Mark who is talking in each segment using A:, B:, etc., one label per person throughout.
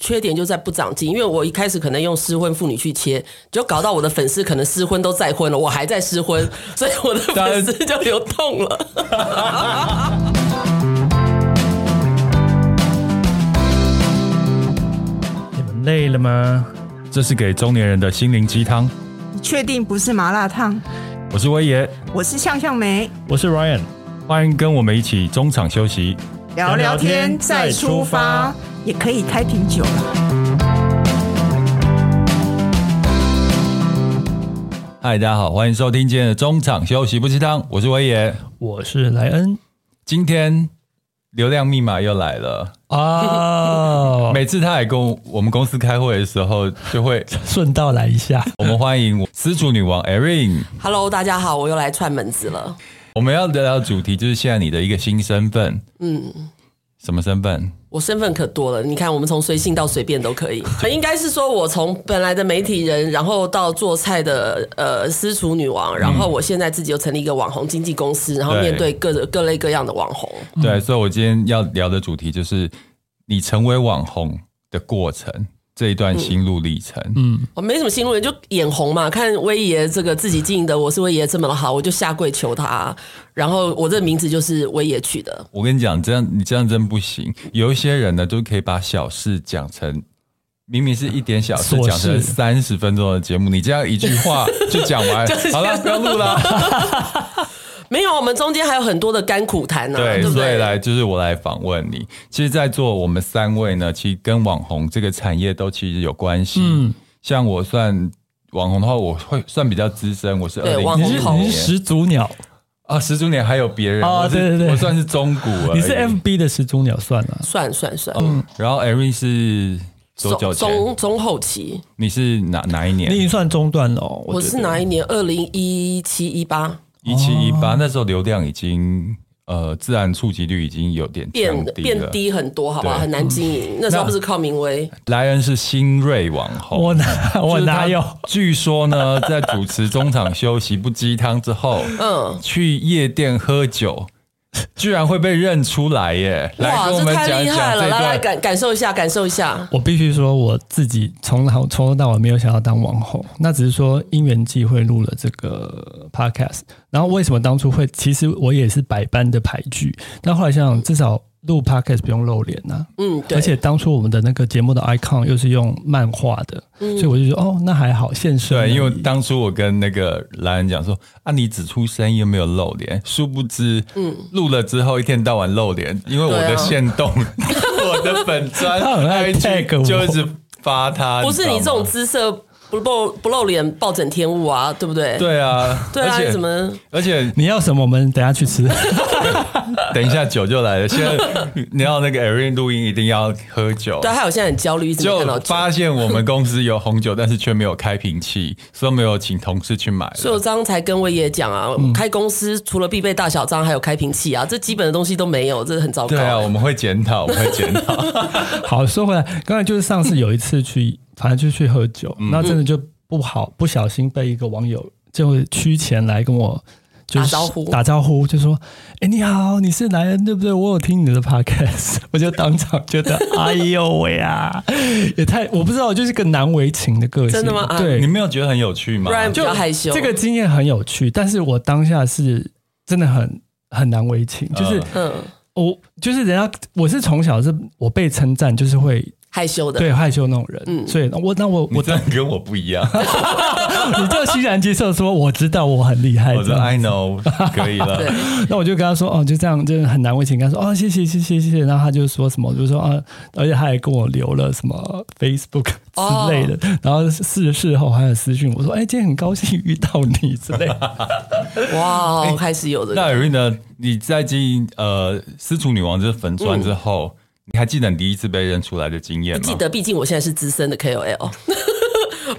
A: 缺点就在不长进，因为我一开始可能用失婚妇女去切，就搞到我的粉丝可能失婚都再婚了，我还在失婚，所以我的粉丝就流动了。
B: 你们累了吗？
C: 这是给中年人的心灵鸡汤。
D: 你确定不是麻辣烫？
C: 我是威爷，
D: 我是向向梅，
B: 我是 Ryan，
C: 欢迎跟我们一起中场休息。
D: 聊
B: 聊
D: 聊
B: 天
D: 天
B: 再
D: 再
B: 出
D: 出
B: 发
D: 发，也可以开瓶酒了。
C: 嗨，大家好，欢迎收听今天的中场休息不鸡汤，我是威爷。
B: 我是莱恩
C: 今天流量密码又来了，
B: 哦，
C: 每次他来跟我我们公司开会的时候，就会
B: 顺道来一下，
C: 我们欢迎私主女王 Erin。
A: Hello，大家好，我又来串门子了。
C: 我们要聊聊主题就是现在你的一个新身份，嗯，什么身份？
A: 我身份可多了，你看，我们从随性到随便都可以。 应该是说，我从本来的媒体人，然后到做菜的呃私厨女王，然后我现在自己又成立一个网红经纪公司，然后
C: 对
A: 面对各各类各样的网红。
C: 对，所以我今天要聊的主题就是你成为网红的过程，这一段心路历程。
B: 嗯，
A: 我没什么新路人，就眼红嘛。看威爷这个自己经营的，我是威爷这么的好，我就下跪求他。然后我这名字就是威爷取的，
C: 我跟你讲，这样你这样真不行。有一些人呢，都可以把小事讲成，明明是一点小事，
B: 琐事
C: 讲成三十分钟的节目。你这样一句话就讲 完，好了，不要录了。
A: 没有，我们中间还有很多的甘苦谈呢、
C: 对，
A: 对不
C: 所以
A: 对？
C: 来就是我来访问你。其实，在座我们三位呢，其实跟网红这个产业都其实有关系。
B: 嗯
C: 像我算网红的话，我会算比较资深，我是二
A: 对
C: 零
A: 网红
B: 你是
A: 头
B: 你是始祖鸟，
C: 啊，十周年还有别人
B: 哦
C: 我是
B: 对对对
C: 我算是中古而
B: 你
C: 已，
B: 是 FB 的始祖鸟算了，
A: 算算算，
C: 然后 Erin 是嗯多久
A: 中
C: 前？
A: 中中后期，
C: 你是哪哪一年
B: 你已？经算中段了哦，
A: 我
B: 觉
A: 是
B: 得
A: 哪一年？二零一七一八
C: 一七一
B: 哦
C: 八，那时候流量已经呃，自然触及率已经有点
A: 变
C: 降低了
A: 变。低很多，好不好？
C: 对嗯
A: 很难经营。那时候不是靠名威，
C: 莱恩是新锐网红，
B: 我哪 我
C: 就是他
B: 哪有？
C: 据说 呢，在主持中场休息不鸡汤之后，
A: 嗯，
C: 去夜店喝酒，居然会被认出来耶！来
A: 哇，
C: 跟我
A: 这
C: 们
A: 太
C: 讲一
A: 厉
C: 讲
A: 害了！
C: 这
A: 来来
C: 段。
A: 感感受一下，感受一下。
B: 我必须说，我自己从头从头到尾没有想要当网红，那只是说因缘际会录了这个 podcast。然后为什么当初会？其实我也是百般的排拒，但后来想想，至少录 podcast 不用露脸呐、
A: 嗯，对，
B: 而且当初我们的那个节目的 icon 又是用漫画的，
A: 嗯
B: 所以我就觉得哦，那还好，现实
C: 对，因为当初我跟那个莱恩讲说啊，你只出声音又没有露脸，殊不知，嗯，录了之后一天到晚露脸，因为我
A: 对
C: 的
A: 啊
C: 线 动，我的粉砖
B: 他很爱 tag 我
C: IG 就一直发他，
A: 不是
C: 知道
A: 你
C: 吗
A: 这种姿色不露不露脸暴整天物啊，对不对？
C: 对啊，
A: 对啊，
C: 而
A: 你
C: 且
A: 怎么？
C: 而且
B: 你要什么，我们等一下去吃。
C: 等一下酒就来了，现在你要那个 Erin 录音一定要喝酒
A: 对，。还有现在很焦虑，一直没看到
C: 就
A: 酒。
C: 发现我们公司有红酒，但是却没有开瓶器，所以没有请同事去买了。
A: 所以我刚才跟魏爷讲啊，
C: 嗯
A: 开公司除了必备大小章，还有开瓶器啊，这基本的东西都没有，这很糟糕。
C: 对啊，我们会检讨，我们会检 讨。
B: 好，说回来，刚才就是上次有一 次去，反正就去喝酒，
A: 嗯
B: 那真的就不好，不小心被一个网友就趋前来跟我。就是
A: 打招呼
B: 打招呼就说：“哎、你好，你是男人对不对？我有听你的 podcast，我 就当场觉得，哎呦喂啊， 也太……我不知道，我就是个难为情的个性。
A: 真的吗啊
B: 对，
C: 你没有觉得很有趣吗？
A: Ryan 比较害羞。
B: 这个经验很有趣，但是我当下是真的很很难为情，就是、
A: 嗯，
B: 我就是人家我是从小是我被称赞就是会
A: 害羞的。
B: 对害羞那种人，
A: 嗯
B: 所以我那 我
C: 你
B: 我
C: 这样跟我不一样，
B: 你就欣然接受说我知道我很厉害，
C: 我
B: 这
C: 说
B: 样
C: I know，可 以
A: 对
C: 了。
B: 那我就跟他说哦就这样真的很难为情，跟他说哦谢谢谢谢谢谢，然后他就说什么就说啊，而且他还跟我留了什么 Facebook
A: 哦
B: 之类的，然后事事后还有私讯我说哎今天很高兴遇到你之类的，
A: 哇，开始有这个。
C: 哎那 Irene 呢？你在进呃私厨女王这粉砖之后，你还记得你第一次被认出来的经验吗？
A: 嗯记得，毕竟我现在是资深的 KOL。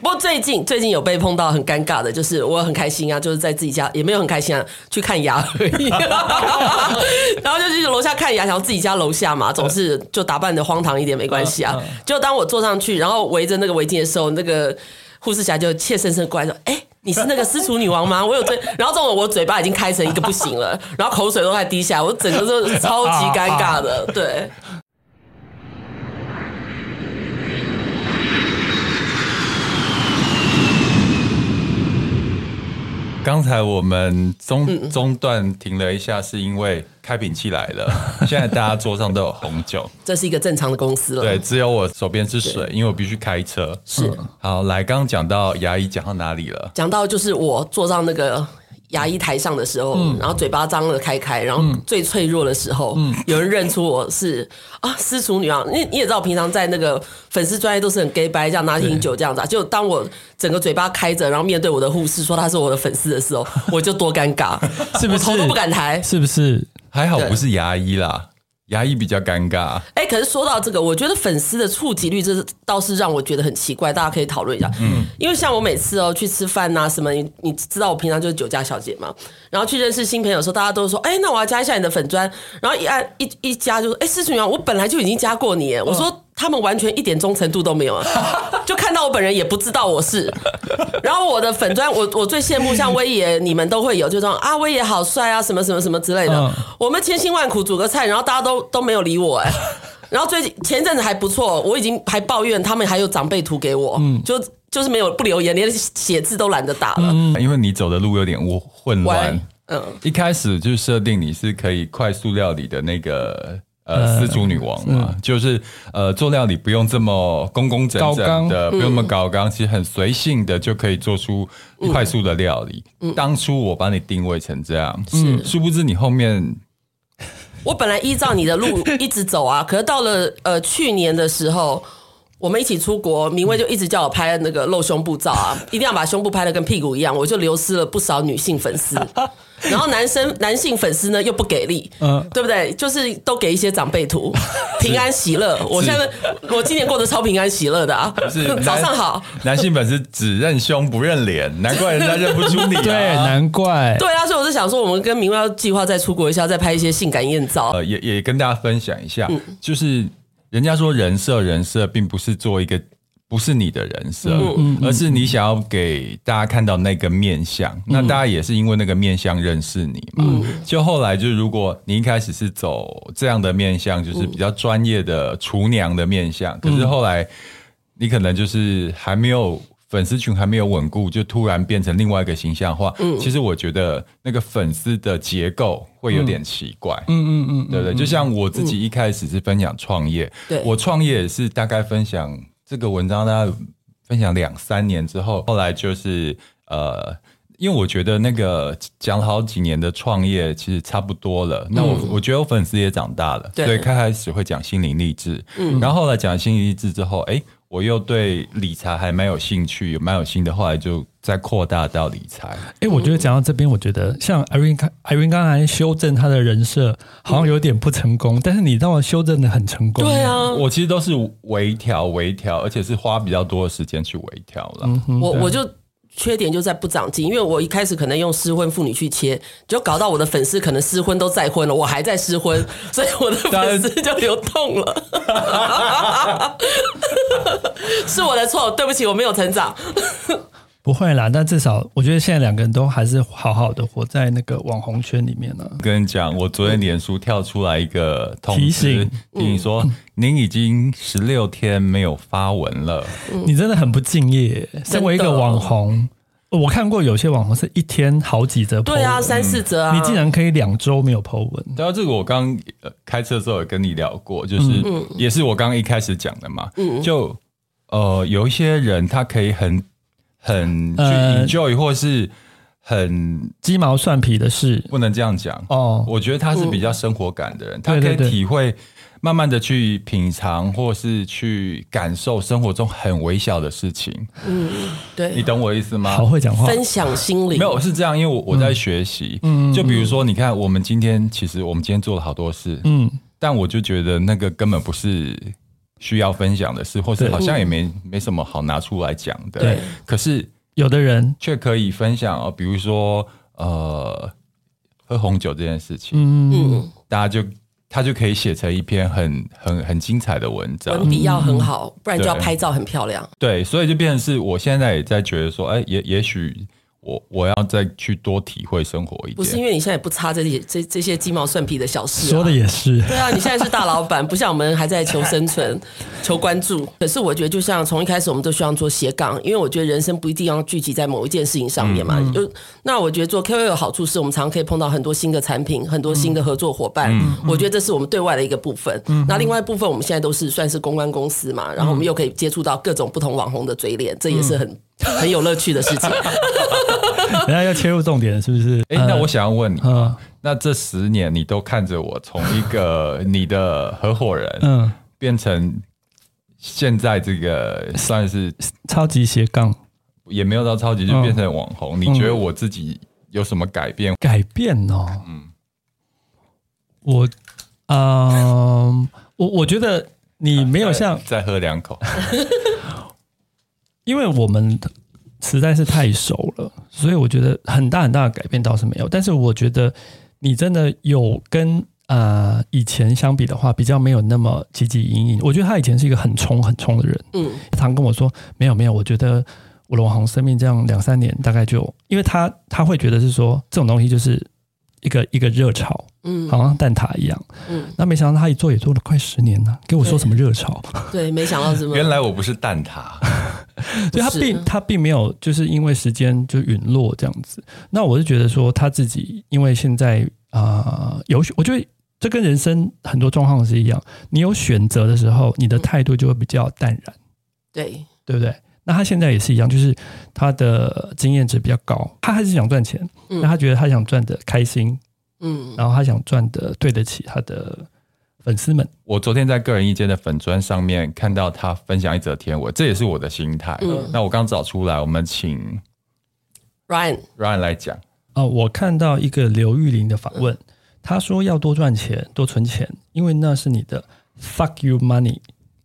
A: 不过最近最近有被碰到很尴尬的，就是我很开心啊，就是在自己家也没有很开心啊，去看牙而已。 然后就去楼下看牙，然后自己家楼下嘛，总是就打扮的荒唐一点没关系啊。就当我坐上去，然后围着那个围巾的时候，那个护士侠就怯生生过来说：“哎、你是那个私厨女王吗？我有追。”然后这种我嘴巴已经开成一个不行了，然后口水都在滴下来，我整个都超级尴尬的。对，
C: 刚才我们
A: 嗯
C: 中中断停了一下，是因为开瓶器来了。 现在大家桌上都有红酒，
A: 这是一个正常的公司了。
C: 对，，只有我手边是水，因为我必须开车。
A: 是
C: 好，来，刚刚讲到牙医讲到哪里了？
A: 讲到就是我坐到那个牙医台上的时候，
B: 嗯
A: 然后嘴巴张了开开，然后最脆弱的时候，有人认出我是啊私厨女王。你你也知道，平常在那个粉丝专业都是很 gay 白，这样拿瓶酒这样子、
B: 嗯
A: 啊。就当我整个嘴巴开着，然后面对我的护士说她是我的粉丝的时候，我就多尴尬，
B: 是不
A: 我
B: 是
A: 头都不敢抬。
B: 是不是？
C: 还好
A: 对
C: 不是牙医啦，牙医比较尴尬。
A: 哎、可是说到这个，我觉得粉丝的触及率，这是倒是让我觉得很奇怪，大家可以讨论一下。嗯，因为像我每次哦去吃饭呐、什么，你你知道我平常就是酒家小姐嘛，然后去认识新朋友的时候，大家都说，哎、那我要加一下你的粉砖，然后一按一一加就说，哎、思群啊，我本来就已经加过你耶，我说。他们完全一点忠诚度都没有啊， 就看到我本人也不知道我是。 然后我的粉砖，我我最羡慕像威爷，你们都会有这种啊，威爷好帅啊，什么什么什么之类的。
B: 嗯
A: 我们千辛万苦煮个菜，然后大家都都没有理我哎、然后最近前阵子还不错，我已经还抱怨他们还有长辈图给我，就就是没有不留言，连写字都懒得打了。
C: 嗯因为你走的路有点我混乱
A: 喂。嗯，
C: 一开始就设定你是可以快速料理的那个呃丝竹女王嘛，就是呃做料理不用这么工工整整的，不用那么高纲，其实很随性的就可以做出快速的料理。当初我把你定位成这样，嗯，殊不知你后面
A: 我本来依照你的 路一直走啊，可是到了呃去年的时候，我们一起出国，明威就一直叫我拍那个露胸部照 啊，一定要把胸部拍的跟屁股一样，我就流失了不少女性粉 丝。然后男生男性粉丝呢又不给力，
B: 嗯
A: 对不对？就是都给一些长辈 图，平安喜乐。我现在我今年过得超平安喜乐的啊
C: 是，
A: 早上好。，
C: 男性粉丝只认胸不认脸，难怪人家认不出你、啊。
B: 对，难怪。
A: 对啊，所以我就想说，我们跟明威要计划再出国一下，再拍一些性感艳照。
C: 呃，也也跟大家分享一下，就是人家说人设，人设并不是做一个不是你的人设，而是你想要给大家看到那个面相。那大家也是因为那个面相认识你嘛。就后来就如果你一开始是走这样的面相，就是比较专业的厨娘的面相，可是后来你可能就是还没有。粉丝群还没有稳固，就突然变成另外一个形象化。其实我觉得那个粉丝的结构会有点奇怪。
B: 嗯嗯嗯，
C: 对不对？就像我自己一开始是分享创业，
A: 对
C: 我创业也是大概分享这个文章，大概分享两三年之后，后来就是呃。因为我觉得那个讲了好几年的创业其实差不多了，那
B: 嗯
C: 我我觉得我粉丝也长大了，
A: 对
C: 所以开开始会讲心灵励志，
B: 嗯
C: 然后后来讲心灵励志之后，哎，我又对理财还蛮有兴趣，也蛮有心的，后来就再扩大到理财，
B: 哎，我觉得讲到这边，我觉得像 Irene 刚 Irene 刚才修正她的人设，好像有点不成功，但是你让我修正的很成
A: 嗯
B: 功。
A: 对，啊，
B: 嗯
C: 我其实都是微调微调，而且是花比较多的时间去微调了。
B: 嗯
A: 我我就缺点就在不长进，因为我一开始可能用失婚妇女去切，就搞到我的粉丝可能失婚都再婚了，我还在失 婚，所以我的粉丝就流动 了。是我的错，对不起，我没有成长。
B: 不会啦，但至少我觉得现在两个人都还是好好的活在那个网红圈里面呢、啊
C: 跟你讲，我昨天脸书跳出来一个通
B: 提
C: 知
B: 醒，嗯
C: 提醒说、您已经十六天没有发文了。
B: 你真的很不敬业，身为一个
A: 嗯真的
B: 网红，我看过有些网红是一天好几则 po 文，
A: 对啊，三四折啊，
B: 哦嗯你竟然可以两周没有 po 文，
C: 然后啊这个我刚、呃、开车的时候也跟你聊过，就是、
B: 嗯
C: 也是我刚一开始讲的嘛，就呃有一些人他可以很很去
B: 呃
C: enjoy，或是很
B: 鸡毛蒜皮的事
C: 不能这样讲
B: 哦，
C: 我觉得他是比较生活感的人，他
B: 对
C: 可以
B: 对对
C: 体会，慢慢的去品尝或是去感受生活中很微小的事情，你
A: 对
C: 懂我意思吗？
B: 好会讲话，
A: 分享心灵
C: 没有是这样，因为我我在学习，嗯，就比如说，你看我们今天其实我们今天做了好多事，
B: 嗯，
C: 但我就觉得那个根本不是需要分享的事，或是
B: 对
C: 好像也没没什么好拿出来讲的，
B: 对，
C: 可是
B: 有的人，
C: 却可以分享哦，比如说呃，喝红酒这件事情，
B: 嗯，
C: 大家就他就可以写成一篇很很很精彩的文
B: 啊
C: 章。
B: 嗯
A: 文笔要很好，不然就要
C: 对
A: 拍照很漂亮。
C: 对，所以就变成是我现在也在觉得说，哎、也也许我我要再去多体会生活一
A: 不是因
C: 点。
A: 为你现在也不差这些这这些鸡毛蒜皮的小事、啊，
B: 说的也是，
A: 对啊，你现在是大老板， 不像我们还在求生 存、求关注。可是我觉得，就像从一开始我们都希望做斜杠，因为我觉得人生不一定要聚集在某一件事情上面嘛。
C: 嗯
A: 就那我觉得做 KOL 的好处是我们常常可以碰到很多新的产品，很多新的合作伙伴。
C: 嗯
A: 我觉得这是我们对外的一个部分。那另外一部分，我们现在都是算是公关公司嘛，然后我们又可以接触到各种不同网红的嘴脸，这也是很。
C: 嗯
A: 很有乐趣的 事情，啊
B: 人家要切入重点，是不是？
C: 哎、那我想要问你，
B: 呃
C: 啊
B: 嗯
C: 那这十年你都看着我从一个你的合伙人，
B: 嗯，
C: 变成现在这个算是
B: 超级斜杠
C: 也没有到超级，就
B: 嗯
C: 变成网红。你觉得我自己有什么改变？
B: 改变哦，
C: 嗯
B: 我，嗯、我我觉得你没有像，
C: 再喝两口，
B: 因为我们实在是太熟了，所以我觉得很大很大的改变倒是没有，但是我觉得你真的有跟呃以前相比的话，比较没有那么积极隐隐。我觉得他以前是一个很冲很冲的人，
A: 嗯，
B: 常跟我说没有没有，我觉得我的网红生命这样两三年大概就，因为他他会觉得是说这种东西就是一个一个热潮，
A: 嗯，
B: 好像蛋挞一样，
A: 嗯
B: 嗯，那没想到他一做也做了快十年了，给我说什么热潮？
A: 对，没想到这么
C: 原来我不是蛋挞，
B: 所以他
A: 是嗯
B: 并他并没有就是因为时间就陨落这样子。那我是觉得说他自己，因为现在啊、呃有选，我觉得这跟人生很多状况是一样，你有选择的时候，你的态度就会比较淡然，
A: 对，
B: 对不对？那他现在也是一样，就是他的经验值比较高，他还是想赚钱，
A: 嗯
B: 那他觉得他想赚的开心，
A: 嗯，
B: 然后他想赚的对得起他的粉丝们，
C: 我昨天在个人意见的粉砖上面看到他分享一则贴文，这也是我的心态。
A: 嗯
C: 那我刚找出来，我们请
A: Ryan，
C: Ryan 来讲。
B: 哦，我看到一个刘玉玲的访问，她说要多赚钱、多存钱，因为那是你的 fuck you money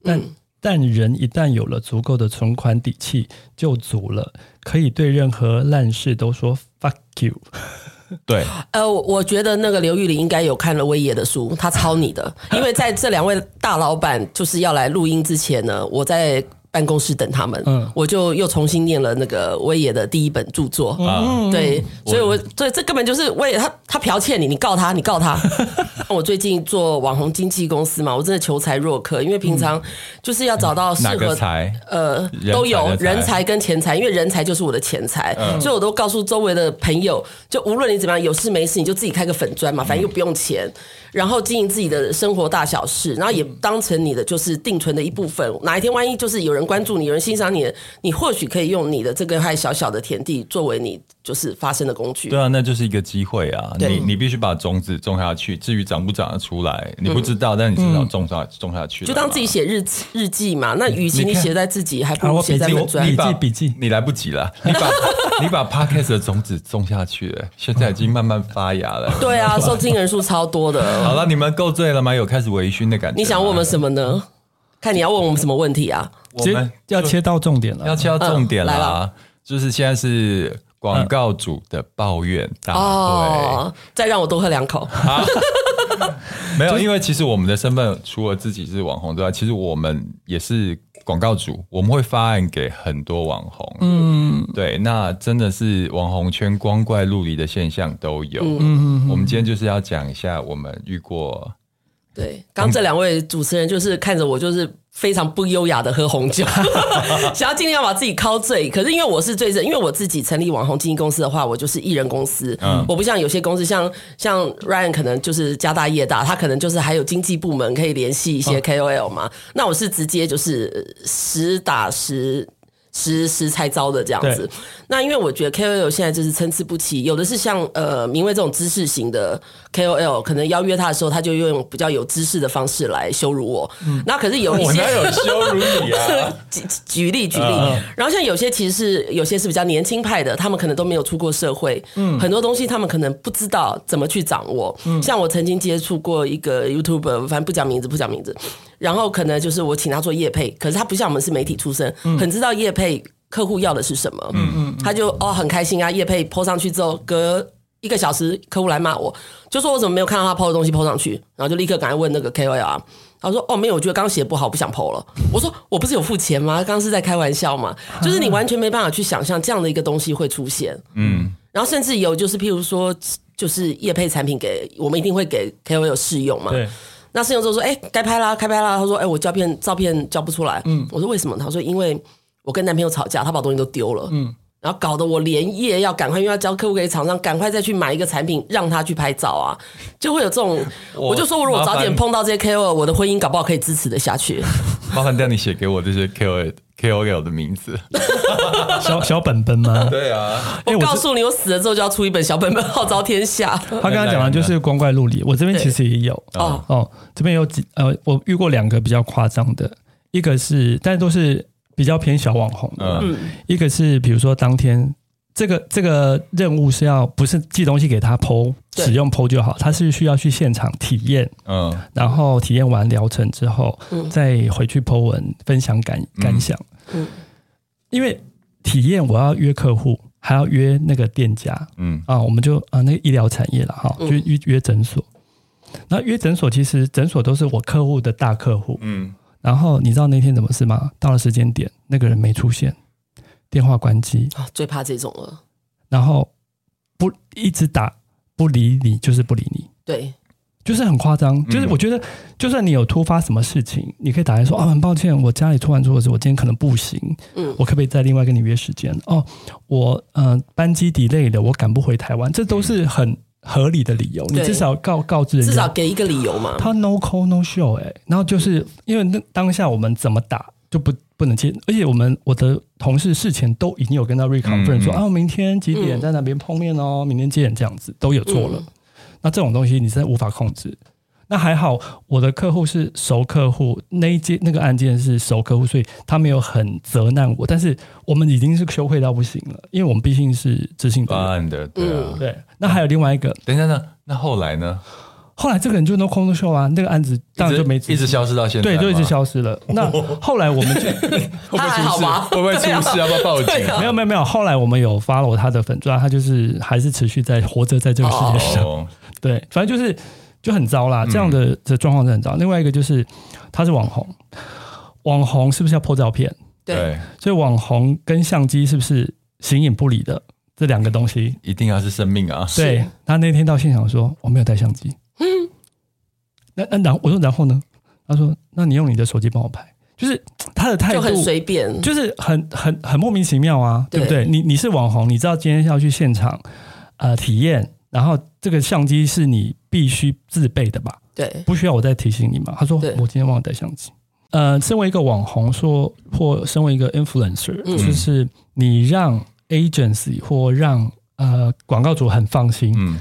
B: 但。但人一旦有了足够的存款底气，就足了，可以对任何烂事都说 fuck you。
C: 对，
A: 呃，我我觉得那个刘玉玲应该有看了威爷的书，他抄你的，因为在这两位大老板就是要来录音之前呢，我在办公室等他们，
B: 嗯
A: 我就又重新念了那个威爷的第一本著作，
C: 啊
A: 对，所以我所以这根本就是为了他他剽窃你，你告他，你告他。 我最近做网红经纪公司嘛，我真的求财若渴，因为平常就是要找到适
C: 嗯哪
A: 合
C: 个才？
A: 呃，
C: 人
A: 都
C: 才嗯
A: 有
C: 的才
A: 人才跟钱财，因为人才就是我的钱财，所以我都告诉周围的朋友，就无论你怎么样，有事没事你就自己开个粉砖嘛，反正又不用钱，
C: 嗯
A: 然后经营自己的生活大小事，然后也当成你的就是定存的一部分。哪一天万一就是有人关注你，有人欣赏你的，你或许可以用你的这个块小小的田地作为你就是发声的工具
C: 对。啊，那就是一个机会啊！
A: 对
C: 你你必须把种子种下去，至于长不长得出来，你不知道，但你至少种下种下去了
A: 嗯就
C: 嘛，
A: 当自己写日记日记嘛，那与其你
B: 你看
A: 写在自己，还不
B: 啊
A: 如
B: 我
A: 写在
B: 笔记
A: 粉
B: 我
A: 砖
B: 笔。
C: 把
B: 笔记
C: 啊你来不 及了，你把你把 podcast 的种子种下去了，现在已经慢慢发芽了。
A: 对啊，收听人数超多 的。
C: 好了，你们够醉了吗？有开始微醺的感觉吗？
A: 你想问我们什么呢？看你要问我们什么问题啊？
C: 我
B: 直接
C: 们
B: 要切到重点了，
C: 要切到重
A: 嗯
C: 点
A: 来
C: 啦
A: 吧，
C: 就是现在是广告主的抱怨大会。
A: 哦，再让我多喝两口。
C: 没有，因为其实我们的身份除了自己是网红之外，其实我们也是广告主，我们会发案给很多网红。嗯，对，那真的是网红圈光怪陆离的现象都有。嗯嗯，我们今天就是要讲一下我们遇过，
A: 对，刚这两位主持人就是看着我，就是非常不优雅的喝红酒， 想要尽量把自己靠醉。可是因为我是最正，因为我自己成立网红经纪公司的话，我就是艺人公司。
C: 嗯
A: 我不像有些公司，像像 Ryan 可能就是家大业大，他可能就是还有经济部门可以联系一
C: 嗯
A: 些 KOL 嘛。那我是直接就是呃实打实。实实才招的这样子
B: 对，
A: 那因为我觉得 KOL 现在就是参差不齐，有的是像呃明慧这种知识型的 KOL，可能邀约他的时候，他就用比较有知识的方式来羞辱我。那可是有一
C: 嗯我
A: 些
C: 哪有羞辱你啊？
A: 举举例举例，然后像有些其实是有些是比较年轻派的，他们可能都没有出过社会，很多东西他们可能不知道怎么去掌握。像我曾经接触过一个 YouTuber，反正不讲名字不讲名字，然后可能就是我请他做业配，可是他不像我们是媒体出身，很知道业配客户要的是什么，他就哦很开心啊，业配 PO 上去之后隔。一个小时，客户来骂我，就说我怎么没有看到他 PO 的东西 PO 上去，然后就立刻赶快问那个 KOL 啊，他说：“哦，没有，我觉得刚写不好，不想剖了。”我说：“我不是有付钱吗？刚刚是在开玩笑嘛？就是你完全没办法去想象这样的一个东西会出现。
C: 嗯，
A: 然后甚至有就是譬如说，就是业配产品给我们一定会给 KOL 试用嘛。
B: 对，
A: 那试用之后说：‘哎、该拍啦，开拍啦。’他说：‘哎、我胶片照片交不出来。’嗯，我说为什么？他说因为我跟男朋友吵架，他把东西都丢了。嗯。”然后搞得我连夜要赶快，因为要交客户给厂商，赶快再去买一个产品让他去拍照啊，就会有这种。我就说，我如果早
C: 麻
A: 点
C: 烦
A: 碰到这些 KOL，我的婚姻搞不好可以支持的下去。
C: 麻烦让你写给我这些 KOL KOL 的 名字。
B: 小小本本吗？
C: 对啊，
A: 我
B: 哎我
A: 告诉你，我死了之后就要出一本小本本，号召天下。
B: 他刚刚讲的就是光怪陆离，我这边其实也有
A: 哦，
B: 哦，这边有几呃，我遇过两个比较夸张的，一个是，但都是比较偏小网红的啦，
C: 嗯
B: 一个是比如说当天这个这个任务是要不是寄东西给他剖
A: 对
B: 使用剖就好，他是需要去现场体验，
C: 嗯，
B: 然后体验完疗程之后，再回去 Po 文分享感感想。
A: 嗯
B: 因为体验我要约客户，还要约那个店家，
C: 嗯
B: 啊，我们就啊那个医疗产业了哈，就
A: 嗯
B: 约约诊所。那约诊所其实诊所都是我客户的大客户，
C: 嗯，
B: 然后你知道那天怎么事吗？到了时间点，那个人没出现，电话关机，
A: 啊，最怕这种了。
B: 然后不一直打不理你，就是不理你。
A: 对，
B: 就是很夸张，就是我觉得，就算你有突发什么事情，你可以打来说啊，很抱歉，我家里突然出了事，我今天可能不行，
A: 嗯
B: 我可不可以再另外跟你约时间？哦，我呃班机 delay 了，我赶不回台湾，这都是很合理的理由，你
A: 对
B: 至少告告知人家，
A: 至少给一个理由
C: 嗯
A: 嘛。
B: 他 no call no show 哎、然后就是因为那当下我们怎么打就不不能接，而且我们我的同事事前都已经有跟他 reconfirm
C: 嗯
B: 说、啊，明天几点
A: 嗯
B: 在那边碰面哦，明天几点这样子都有做
C: 嗯
B: 了。那这种东西你真的无法控制。那还好，我的客户是熟客户，那一件那个案件是熟客户，所以他没有很责难我，但是我们已经是羞愧到不行了，因为我们毕竟是知性的
C: 报
B: 人。
C: 案的，对啊。
B: 对，那还有另外一个，
C: 等一下呢，那后来呢？
B: 后来这个人就 no call no show 啊，那个案子当然就没
C: 一直一直消失到现在
B: 对，
C: 吗，
B: 就一直消 失了。那后来我们就
C: 会不会
A: 他还
C: 出
A: 好
C: 事
A: 吗？
C: 会不会出事？
A: 对啊
C: 要不要报
A: 对
C: 警？
A: 啊
B: 没有没有没有，后来我们有 follow 他的粉钻，他就是还是持续在活着在这个世界上。
C: 哦， 嗯
B: 对，反正就是就很糟啦，这样的的状况是很糟。另外一个就是他是网红，网红是不是要 po 照片？
A: 对，
C: 对，
B: 所以网红跟相机是不是形影不离的这两个东西？
C: 一定要是生命啊！
B: 对，他那天到现场说我没有带相 机。嗯，那那然后我说然后呢？他说那你用你的手机帮我拍，就是他的态
A: 就
B: 度
A: 很随便。
B: 就是很很很莫名其妙
A: 嗯
B: 啊，
A: 对
B: 对不对？你你是网红，你知道今天要去现场呃体验，然后这个相机是你必须自备的吧？
A: 对，
B: 不需要我再提醒你嘛？他说
A: 对
B: 我今天忘了带相机。呃，身为一个网红说或身为一个 influencer，、
A: 嗯
B: 就是你让 agency 或让呃广告主很放心，
C: 嗯，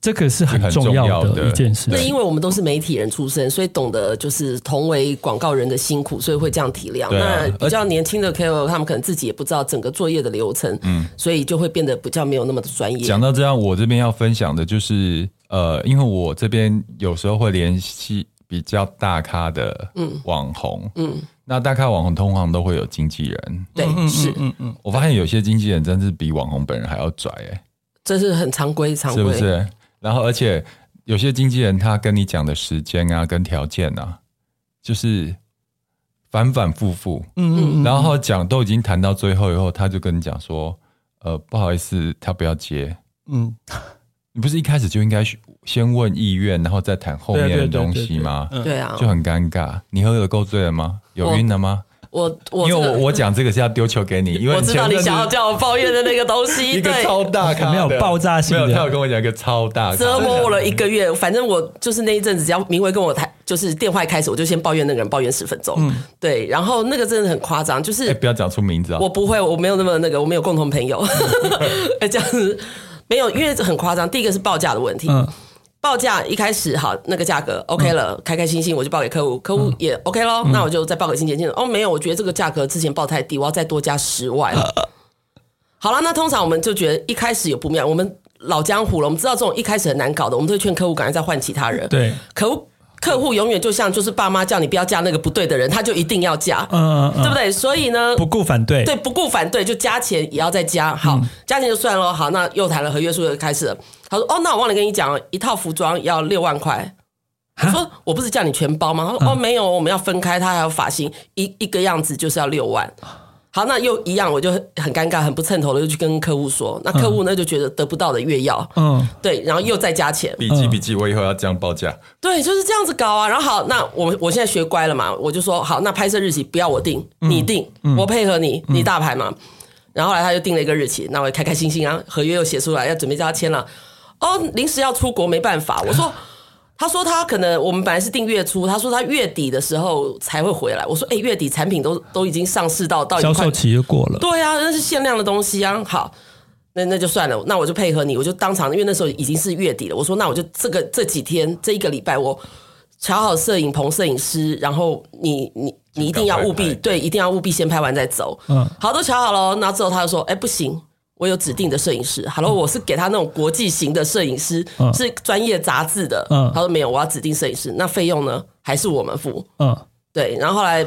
B: 这个是很
C: 这很
B: 重
C: 重
B: 要
C: 要
B: 的
C: 的
B: 一件事
A: 那
B: 情。
A: 因为我们都是媒体人出身，所以懂得就是同为广告人的辛苦，所以会这样体谅。
C: 对啊
A: 那比较年轻的 KOL 他们可能自己也不知道整个作业的流程，嗯，所以就会变得比较没有那么的专业
C: 讲。到这样，我这边要分享的就是，呃，因为我这边有时候会联系比较大咖的网红，嗯，那大咖网红通常都会有经纪人。
A: 对，是，
B: 嗯嗯，
C: 我发现有些经纪人真是比网红本人还要拽、欸，
A: 这是很常规，常
C: 是不
A: 规。
C: 是？然后，而且有些经纪人他跟你讲的时间啊，跟条件啊，就是反反复复，
B: 嗯嗯嗯，
C: 然后讲都已经谈到最后以后，他就跟你讲说，呃，不好意思，他不要接。
B: 嗯，
C: 你不是一开始就应该先问意愿，然后再谈后
B: 对啊
C: 面
B: 对
C: 的
B: 啊对啊
C: 东
B: 对啊
C: 西吗？
B: 对啊
A: 对啊
C: 就，很尴尬。你喝了够醉了吗？有
A: 我
C: 晕了吗？
A: 我
C: 因
A: 我
C: 为
A: 这个
C: 我我讲这个是要丢球 给你，因为
A: 我知道
C: 前
A: 你
C: 阵子
A: 想要叫我抱怨的那个东西，
C: 一个
A: 对，
C: 超大咖的，
B: 没有爆炸性
C: 没
B: 的
C: 有，他有跟我讲一个超大咖的
A: 折磨我了一个月。反正我就是那一阵子，只要明威跟我谈，就是电话一开始，我就先抱怨那个人，抱怨十分钟。对，然后那个真的很夸张，就
C: 嗯哎
A: 是
C: 不要讲出名字啊
A: 我！不会，我没有那么那个，我们有共同朋友， 哎，这样子没有，因为很夸张。第一个是报价的问题，
B: 嗯
A: 报价一开始好，那个价格 OK 了，开开心心我就报给客户，客
B: 嗯
A: 户也 OK 咯，那我就再报给清洁进哦，没有，我觉得这个价格之前报太低，我要再多加十万。
B: 嗯
A: 好了，那通常我们就觉得一开始有不妙，我们老江湖了，我们知道这种一开始很难搞的，我们都会劝客户赶快再换其他人。
B: 对，
A: 可恶客户永远就像就是爸妈叫你不要嫁那个不对的人，他就一定要嫁，
B: 嗯嗯
A: 对不
B: 嗯，
A: 对？所以呢，
B: 不顾反对，
A: 对，不顾反对就加钱也要再加，好，加钱就算了，好，那又谈了合约书又开始了。他说：“哦，那我忘了跟你讲，一套服装要六万块。”我说我不是叫你全包吗？他说哦没有，我们要分开，他还有发型，一一个样子就是要六万。好，那又一样，我就很很尴尬，很不称头的，就去跟客户说。那客户呢就觉得得不到的越要，
B: 嗯，
A: 对，然后又再加钱，
C: 笔记笔记，我以后要这样报价。
A: 对，就是这样子搞啊。然后好，那我们我现在学乖了嘛，我就说好，那拍摄日期不要我定，你
B: 嗯
A: 定，我配合你，你大牌嘛。然后后来他就定了一个日期，那我也开开心心啊，合约又写出来，要准备叫他签了。哦，临时要出国没办法，我说。他说他可能我们本来是定月初，他说他月底的时候才会回来。我说哎、月底产品都都已经上市到到一
B: 销
A: 块
B: 售期就过了，
A: 对啊，那是限量的东西啊。好，那那就算了，那我就配合你，我就当场，因为那时候已经是月底了，我说那我就这个这几天这一个礼拜，我瞧好摄影棚、摄影师，然后你你你一定要务
C: 赶
A: 必
C: 快拍
A: 对，一定要务必先拍完再走。
B: 嗯
A: 好，都瞧好了，然后之后他就说，哎、不行。我有指定的摄影师，Hello，我是给他那种国际型的摄影师，
B: 嗯
A: 是专业杂志的。
B: 嗯
A: 他说没有，我要指定摄影师，那费用呢还是我们付？
B: 嗯，
A: 对，然后后来，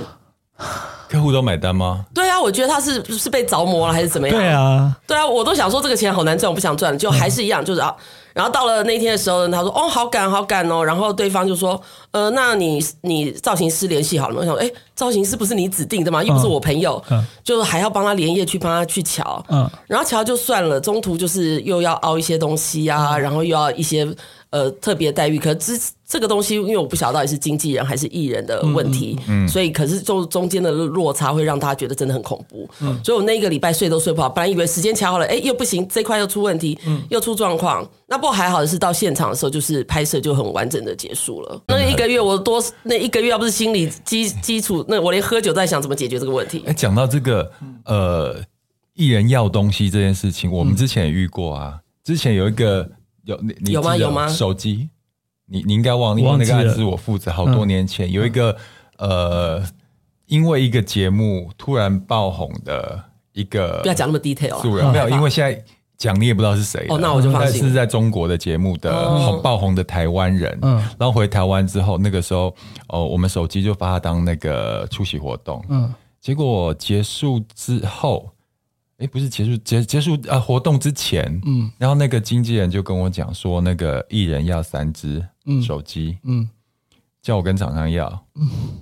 C: 客户都买单吗？
A: 对啊，我觉得他是是被着魔了还是怎么样？
B: 对啊，
A: 对啊，我都想说这个钱好难赚，我不想赚，就还是一样，就是啊。然后到了那天的时候呢，他说：“哦，好赶，好赶哦。”然后对方就说：“呃，那你你造型师联系好了吗？”我想说：“哎，造型师不是你指定的吗？又不是我朋友，
B: 嗯
A: 就是还要帮他连夜去帮他去瞧。
B: 嗯
A: 然后瞧就算了，中途就是又要凹一些东西啊，然后又要一些呃特别待遇。可这这个东西，因为我不晓得到底是经纪人还是艺人的问题，所以可是就中间的落差会让他觉得真的很恐怖。所以我那一个礼拜睡都睡不好，本来以为时间掐好了，哎又不行，这块又出问题，又出状况。那不过还好的是到现场的时候，就是拍摄就很完整的结束了。那一个月我多那一个月要不是心理基基础，那我连喝酒都在想怎么解决这个问题
C: 哎，。讲到这个，呃，艺人要东西这件事情，我
A: 嗯
C: 们之前也遇过啊。之前有一个有你你
A: 有吗
C: 记得
A: 有吗
C: 手机，你你应该忘了，因
B: 我
C: 为
B: 忘
C: 那
B: 记
C: 个
B: 了嗯
C: 案子我负责，好多年前、有一个呃，因为一个节目突然爆红的一个
A: 不要讲那么 detail 啊
C: 素
A: 了，
B: 嗯
C: 人，没有，
A: 害怕
C: 因为现在讲你也不知道是谁了。
A: 哦那我就放心
C: 但是在中国的节目的
A: 哦
C: 红爆红的台湾人，
B: 嗯
C: 然后回台湾之后，那个时候哦，我们手机就把他当那个出席活动，
B: 嗯
C: 结果结束之后，哎，不是结束结结束啊，活动之前，
B: 嗯
C: 然后那个经纪人就跟我讲说，那个艺人要三只
B: 嗯
C: 手机，
B: 嗯
C: 叫我跟厂商要，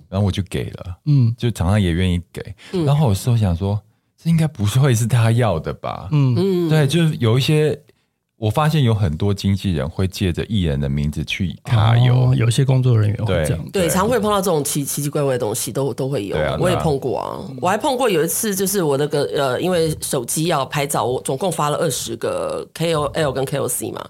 C: 然后我就给了，
B: 嗯
C: 就厂商也愿意给，然后我事后想说，这应该不会是他要的吧？
B: 嗯
C: 对，就是有一些，我发现有很多经纪人会借着艺人的名字去卡油，
B: 哦有些工作人员会
C: 对
B: 这样，
A: 对，常会碰到这种奇奇奇怪怪的东西，都都会有。
C: 对啊
A: 我也
C: 那
A: 碰过啊，我还碰过有一次，就是我那个呃，因为手机要拍照，我总共发了二十个 KOL 跟 KOC 嘛。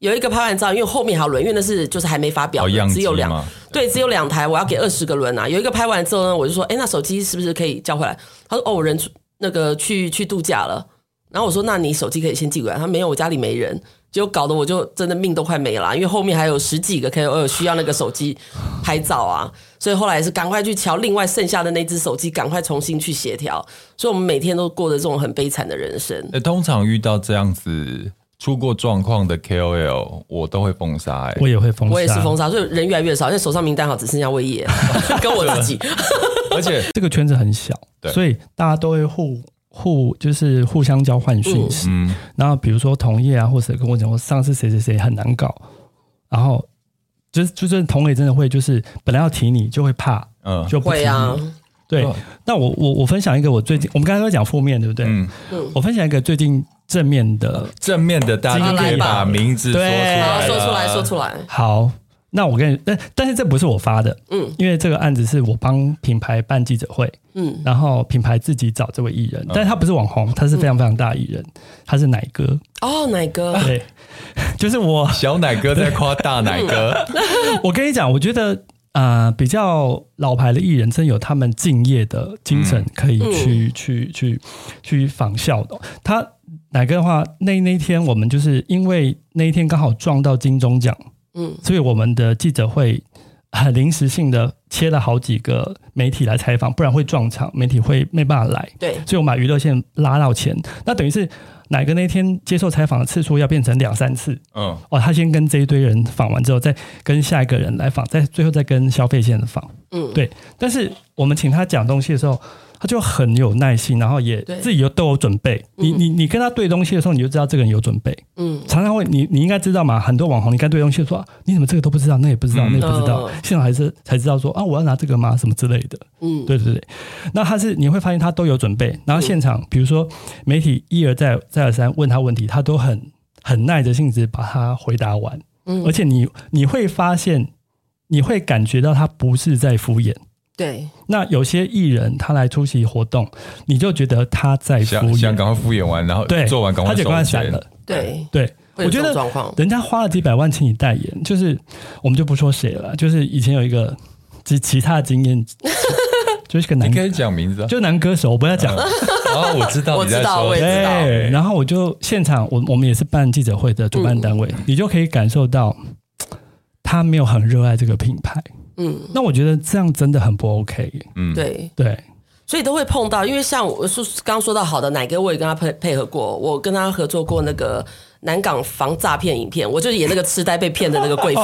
A: 有一个拍完照，因为后面还有轮，因为那是就是还没发表
C: 哦
A: 的，
C: 样
A: 只有
C: 机
A: 两
C: 嘛
A: 对，只有两台，我要给二十个轮啊。有一个拍完之后呢，我就说，哎，那手机是不是可以交回来？他说，哦，我人出那个去去度假了。然后我说，那你手机可以先寄过来。他说没有，我家里没人。结果搞得我就真的命都快没了啊、因为后面还有十几个 KOL 需要那个手机拍照啊，所以后来是赶快去瞧另外剩下的那只手机，赶快重新去协调。所以我们每天都过着这种很悲惨的人生。
C: 呃，通常遇到这样子出过状况的 KOL，我都会封杀、欸。
B: 我也会封杀，
A: 我也是封杀，所以人越来越少，现在手上名单好只剩下魏野 跟我自己。
C: 而且
B: 这个圈子很小，
C: 对
B: 所以大家都会互互就是互相交换讯息。
C: 嗯
B: 然后比如说同业啊，或者跟我讲，我上次谁谁谁很难搞，然后就是就是同业真的会就是本来要提你就会怕，
C: 嗯，
B: 就不提
A: 会
B: 你。
A: 啊，
B: 对
C: 哦，
B: 那我我我分享一个我最近，我们刚才都在讲负面，对不对？
C: 嗯
B: 我分享一个最近正面的。
C: 正面的大家就可以把名字说出
B: 对
A: 好，
C: 来，
A: 啊说出来，说。出来。
B: 好，那我跟你，但但是这不是我发的，
A: 嗯
B: 嗯，因为这个案子是我帮品牌办记者会，
A: 嗯，
B: 然后品牌自己找这位艺人，但是他不是网红，他是非常非常大的艺人，他是奶哥，
A: 哦，奶哥，
B: 对， 就是我
C: 小奶哥在夸大奶 哥，
B: 我跟你讲，我觉得呃，比较老牌的艺人，真有他们敬业的精神，可以去、去去去仿效的。他哪个的话，那那一天我们就是因为那一天刚好撞到金钟奖，
A: 嗯
B: 嗯，所以我们的记者会很临时性的切了好几个媒体来采访，不然会撞场，媒体会没办法来。
A: 对，
B: 所以我们把娱乐线拉到前，那等于是哪个那天接受采访的次数要变成两三次，
C: 嗯，
B: 哦，他先跟这一堆人访完之后，再跟下一个人来访，再最后再跟消费线访。
A: 嗯，
B: 对，但是我们请他讲东西的时候，他就很有耐心，然后也
A: 对
B: 自己又都有准备。你你你跟他对东西的时候，你就知道这个人有准备。
A: 嗯，
B: 常常会你你应该知道嘛，很多网红你跟他对东西说、啊你怎么这个都不知道，那也不知道，
C: 嗯
B: 那也不知道
A: 哦，
B: 现在还是才知道说啊我要拿这个吗？什么之类的。
A: 嗯，
B: 对对对。那他是你会发现他都有准备，然后现场、
C: 嗯
B: 比如说媒体一而再再而三问他问题，他都很很耐着性子把它回答完。
A: 嗯
B: 而且你你会发现，你会感觉到他不是在敷衍。
A: 对，
B: 那有些艺人他来出席活动，你就觉得他在敷
C: 想想
B: 衍，
C: 赶快敷衍完，然后
B: 对，
C: 做完赶快
B: 他就
C: 收
B: 赶快闪
C: 钱。
B: 了。
A: 对，
B: 对，
A: 会有
B: 我
A: 这
B: 觉
A: 种
B: 得
A: 状况
B: 人家花了几百万请你代言，就是我们就不说谁了，就是以前有一个其其他的经验， 就是个
C: 你
B: 男
C: 可以讲名字啊。
B: 就男歌手，我不要讲。
C: 哦，我知道
A: 我
C: 你在
A: 知道
C: 说
A: 我也呃知道
B: 对，然后我就现场，我我们也是办记者会的主办单位，
A: 嗯
B: 你就可以感受到他没有很热爱这个品牌。
A: 嗯，
B: 那我觉得这样真的很不 OK。
C: 嗯，
A: 对，
B: 对，
A: 所以都会碰到，因为像我说刚刚说到好的奶哥，我也跟他配配合过，我跟他合作过那个南港防诈骗影片，我就演那个痴呆被骗的那个 贵妇，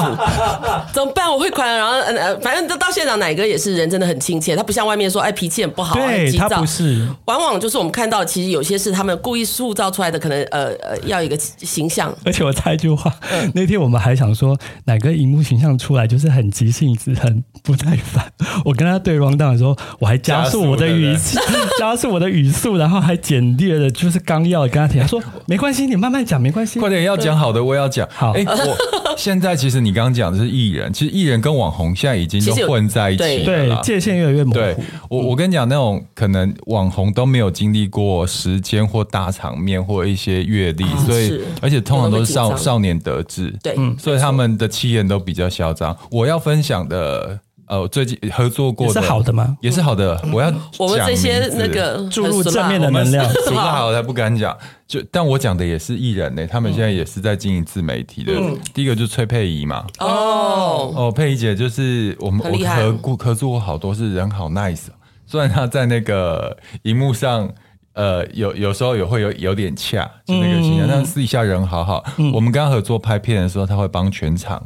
A: 怎么办？我会款，然后呃呃，反正到现场奶哥也是人真的很亲切，他不像外面说哎脾气很不好，很
B: 对
A: 急
B: 他
A: 躁
B: 不。是，
A: 往往就是我们看到，其实有些是他们故意塑造出来的，可能呃呃要有一个形象，
B: 而且我插一句话，
C: 嗯
B: 那天我们还想说哪个荧幕形象出来就是很急性子，很不耐烦。 我跟他对 round down 的时候，我还加速我的语 气，
C: 啊
B: 加速我的语速，然后还简略的，就是刚要跟他提，他说没关系，你慢慢讲，没关系。
C: 快点要讲好的，我也要讲。
B: 好
C: 哎，我现在其实你刚刚讲的是艺人，其实艺人跟网红现在已经
A: 其实有
C: 都混在一起了
B: 对
C: 啦，。
B: 界限越来越模
C: 对
B: 糊。
C: 我，我跟你讲，那种可能网红都没有经历过时间或大场面或一些阅历，
A: 啊
C: 所以
A: 是
C: 而且通常都是
A: 有的会紧
C: 少
A: 张
C: 少年得志，嗯
A: 对，
C: 所以他们的气焰都比较嚣张。我要分享的，呃，最近合作过
B: 也
C: 的
B: 是好的吗？
C: 也是好的。我要
A: 嗯我们
C: 讲
A: 这些
C: 名字
A: 那个
B: 注入
A: 很俗
B: 正
A: 辣
B: 面的
C: 我们
B: 能量
C: 除了好的还不敢讲，就但我讲的也是艺人呢、他
A: 嗯
C: 们现在也是在经营自媒体的。第一个就是崔佩仪嘛，
A: 哦，
C: 哦，佩仪姐就是我们
A: 很
C: 我
A: 厉害
C: 合顾合作过好多是人好 nice，哦虽然她在那个荧幕上。呃，有有时候也会有有点恰，就那个形象，但私底下人好好。我们刚合作拍片的时候，他会帮全场，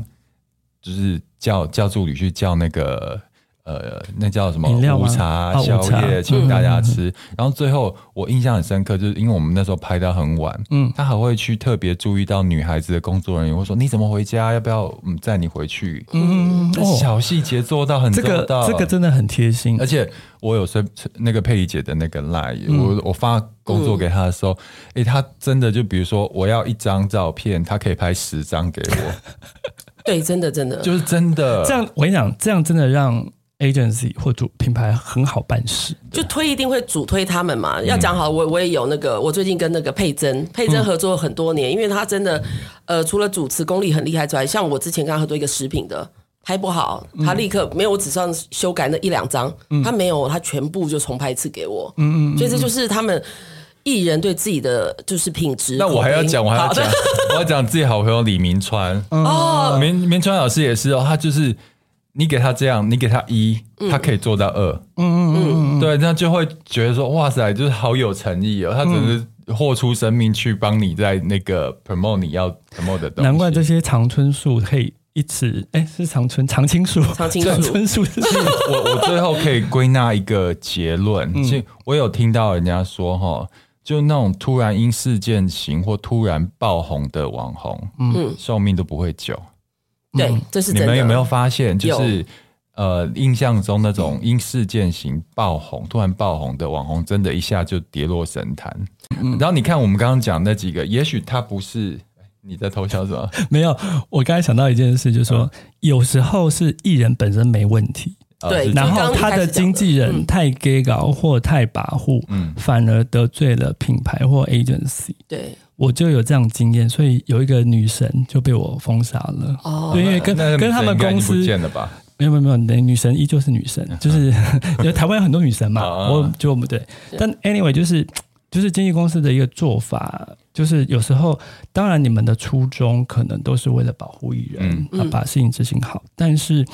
C: 就是叫叫助理去叫那个呃，那叫什么
B: 饮料吗
C: 午茶、啊
B: 哦
C: 宵
B: 午茶
C: 夜，请大家吃。然后最后我印象很深刻，就是因为我们那时候拍到很晚，嗯，他还会去特别注意到女孩子的工作人员，会说你怎么回家？要不要嗯载你回去？
B: 嗯，
C: 这
B: 哦，
C: 小细节做到很
B: 这
C: 周
B: 个
C: 到，
B: 这个真的很贴心
C: 而。且我有随那个佩仪姐的那个 line，、我
B: 嗯
C: 我发工作给她的时候，诶，她真的就比如说我要一张照片，她可以拍十张给我，
A: 对，真的真的，
C: 就是真的
B: 这样我跟你讲，这样真的让 agency 或主品牌很好办事。
A: 就推一定会主推他们嘛。要讲
C: 嗯
A: 好，我我也有那个，我最近跟那个佩珍，佩珍合作很多年，因为她真的，呃，除了主持功力很厉害之外，像我之前跟她合作一个食品的。拍不好，
C: 嗯
A: 她立刻没有，我只上修改那一两张，她没有，她全部就重拍一次给我。嗯嗯，所以这就是他们艺人对自己的就是品质。
C: 那我还要讲，我还要
A: 好的
C: 讲，我要讲自己好朋友李明川。
A: 哦，
C: 明明川老师也是哦，他就是你给他这样，你给他一，他可以做到二。嗯嗯嗯，对，那就会觉得说哇塞，就是好有诚意哦，他只是豁出生命去帮你在那个 promote 你要 promote 的东西。
B: 难怪这些常春树可以一直哎、是常春常青树，
A: 常 青树
B: 春树是
C: 我我最后可以归纳一个结论，其实我有听到人家说哈，就那种突然因事件型或突然爆红的网红，嗯，寿命都不会久。
A: 对，这是
C: 嗯你
A: 真的。
C: 们有没有发现，就
A: 有嗯
C: 是呃，印象中那种因事件型爆红、突然爆红的网红，真的一下就跌落神坛。
A: 嗯
C: 然后你看我们刚刚讲那几个，也许他不是哎你在偷笑 什么？
B: 没有。我刚才想到一件事，就是说、
C: 嗯
B: 有时候是艺人本身没问题，
C: 呃
A: 对
C: 是
A: 那
B: 然
A: 刚
B: 后
A: 刚你
B: 他
A: 开始讲
B: 的
A: 的
B: 经纪人太 gay 搞或太跋扈，
C: 嗯
B: 反而得罪了品牌或 agency。
A: 对
B: 我就有这样经验，所以有一个女神就被我封杀了。
A: 哦
B: 对，因为跟
C: 那个
B: 跟他们
C: 应该已
B: 公
C: 经
B: 司
C: 不见了吧？
B: 没有没有没有，那女神依旧是女神，就是 因为台湾有很多女神嘛，
C: 嗯啊
B: 我就不对。但 anyway，就是就是经纪公司的一个做法，就是有时候当然你们的初衷可能都是为了保护艺人，
A: 嗯
B: 啊把事情执行好，但是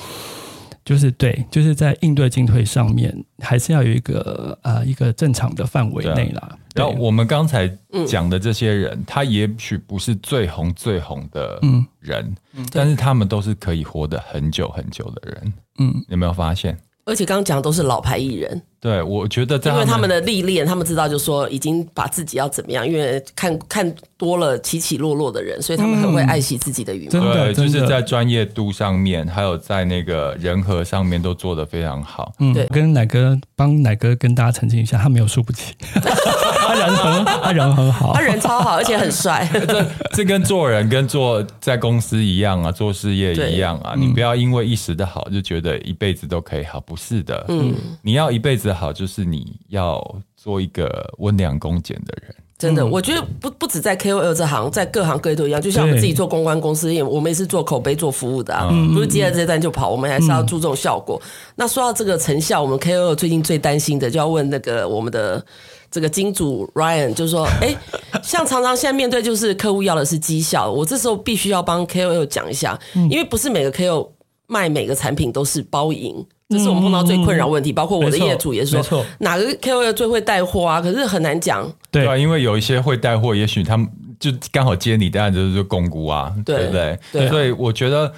B: 就是对，就是在应对进退上面，还是要有一个呃一个正常的范围内啦。
C: 啊然后
B: 对
C: 我们刚才讲的这些人，他也许不是最红最红的人，
A: 嗯
C: 但是他们都是可以活得很久很久的人。嗯，有没有发现？
A: 而且刚刚讲的都是老牌艺人，
C: 对，我觉得在
A: 因为他
C: 他
A: 们
C: 们
A: 的历练，他们知道就说已经把自己要怎么样，因为看看多了起起落落的人，所以他们很会
C: 嗯
A: 爱惜自己的羽毛。
B: 真的
C: 呃对，就
B: 真
C: 是
B: 的
C: 在专业度上面，还有在那个人和上面都做得非常好。
B: 嗯
A: 对，
B: 跟奶哥帮奶哥跟大家澄清一下，他没有输不 起，他人很他人很好
A: 他，人超好，而且很 帅。
C: 这跟做人跟做在公司一样啊，做事业一样
B: 嗯
C: 啊，你不要因为一时的好就觉得一辈子都可以好，不是的。嗯，你要一辈子好，就是你要做一个温良恭俭的人。
A: 真
B: 嗯
A: 的，我觉得不不止在 KOL 这行，在各行各业都一样。就像我们
B: 对嗯
A: 自己做公关公司，也我们也是做口碑、做服务的啊，不是接了这单就跑，我们还是要注重效果。那说到这个成效，我们 KOL 最近最担心的就要问那个我们的这个金主 Ryan，就是 说，哎，像常常现在面对就是客户要的是绩效，我这时候必须要帮 KOL 讲一下，
B: 嗯
A: 因为不是每个 KOL 卖每个产品都是包赢。这是我们碰到最困扰问题，包括我的
B: 嗯没错
A: 业主也
B: 没
A: 说
B: 错，
A: 哪个 KOL 最会带货啊？可是很难讲，
B: 对
C: 啊，因为有一些会带货，也许他们就刚好接你的案子就是公估啊，
A: 对
C: 对不对？
A: 对啊
C: 所以我觉得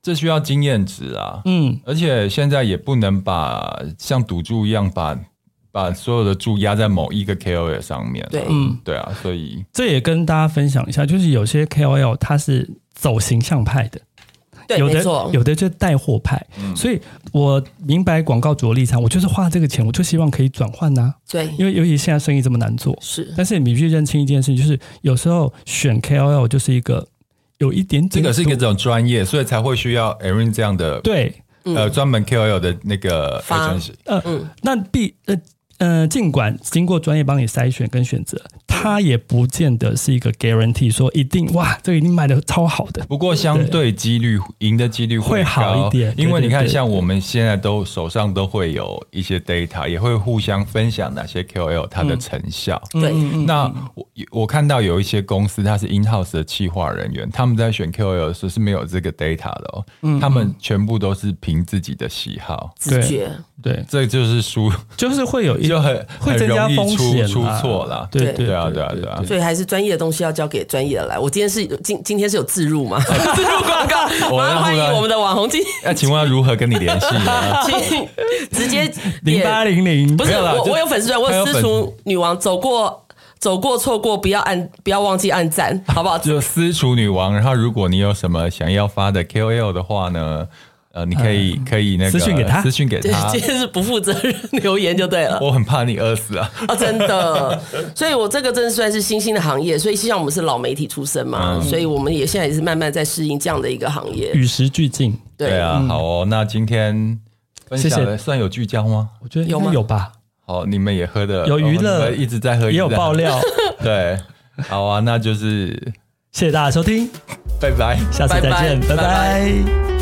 C: 这需要经验值啊，
B: 嗯，
C: 而且现在也不能把像赌注一样把把所有的注压在某一个 KOL 上面、
A: 对，
B: 嗯
C: 对啊，所以
B: 这也跟大家分享一下，就是有些 KOL 他是走形象派的，
A: 对，
B: 有
A: 没错
B: 的，有的就是带货派，
C: 嗯
B: 所以我明白广告主的立场，我就是花这个钱，我就希望可以转换呐、
A: 对，
B: 因为尤其现在生意这么难做，
A: 是
B: 但是你必须认清一件事，就是有时候选 KOL 就是一个有一点
C: 这
B: 点
C: 个是一
B: 赌
C: 个这种专业，所以才会需要 Aaron 这样的
B: 对，
C: 呃专门 KOL 的那个
A: 嗯发
C: agency
B: 呃，
A: 嗯
B: 那必呃呃，尽管经过专业帮你筛选跟选择，它也不见得是一个 guarantee，说一定哇，这个一定卖的超好的，
C: 不过相对几率赢的几率
B: 会
C: 高
B: 好一点
C: 因
B: 对
C: 为
B: 对
C: 你看，
B: 对
C: 像我们现在都手上都会有一些 data，也会互相分享哪些 KOL 它
B: 嗯
C: 的成效。
A: 对，
C: 那我我看到有一些公司，它是 in house 的企划人员，他们在选 KOL 的时候是没有这个 data 的哦，
B: 嗯
C: 他们全部都是凭自己的喜好，
A: 直觉，
B: 对，
C: 这就 是输，
B: 就是会有一
C: 就很
B: 会增加
C: 很容易
B: 风险
C: 出
B: 啦
C: 出错啦。
B: 对
A: 对
C: 对啊，对啊，对啊。
A: 所以还是专业的东西要交给专业的来。我今天是今今天是有自入嘛，自入广 告，
C: 我
A: 麻
C: 要
A: 烦欢迎我们的网红经
C: 那请问要如何跟你联系呢？
A: 请直接
B: 零八
A: 点
B: 零零
A: 不是
C: 没有啦
A: 我
C: 就
A: 我有粉丝团，我
C: 还
A: 有
C: 有
A: 私
C: 粉
A: 厨女王走过。走过错过，不要按，不要忘记按赞，好不好？
C: 就私厨女王。然后，如果你有什么想要发的 KOL 的话呢，呃，你可以、可以那个
B: 嗯私讯给他
C: 私讯给
A: 对，
C: 他
A: 今。天是不负责任留言就对了。
C: 我很怕你饿死啊！
A: 啊，真的，所以我这个真的算是新兴的行业，所以像我们是老媒体出身嘛，所以我们也现在也是慢慢在适应这样的一个行业。
B: 与时俱进，
A: 对
C: 对啊，
B: 嗯
C: 好哦，那今天分享的算有聚焦吗？
B: 我觉得
A: 有
B: 应该
A: 吗
B: 有吧，
C: 好，哦你们也喝的
B: 有娱乐
C: 哦你们一直在喝，
B: 也有
C: 一直在喝
B: 爆，料。
C: 对，好啊，那就是
B: 谢谢大家收听，
C: 拜拜。
B: 下次再见，
A: 拜拜
B: 拜拜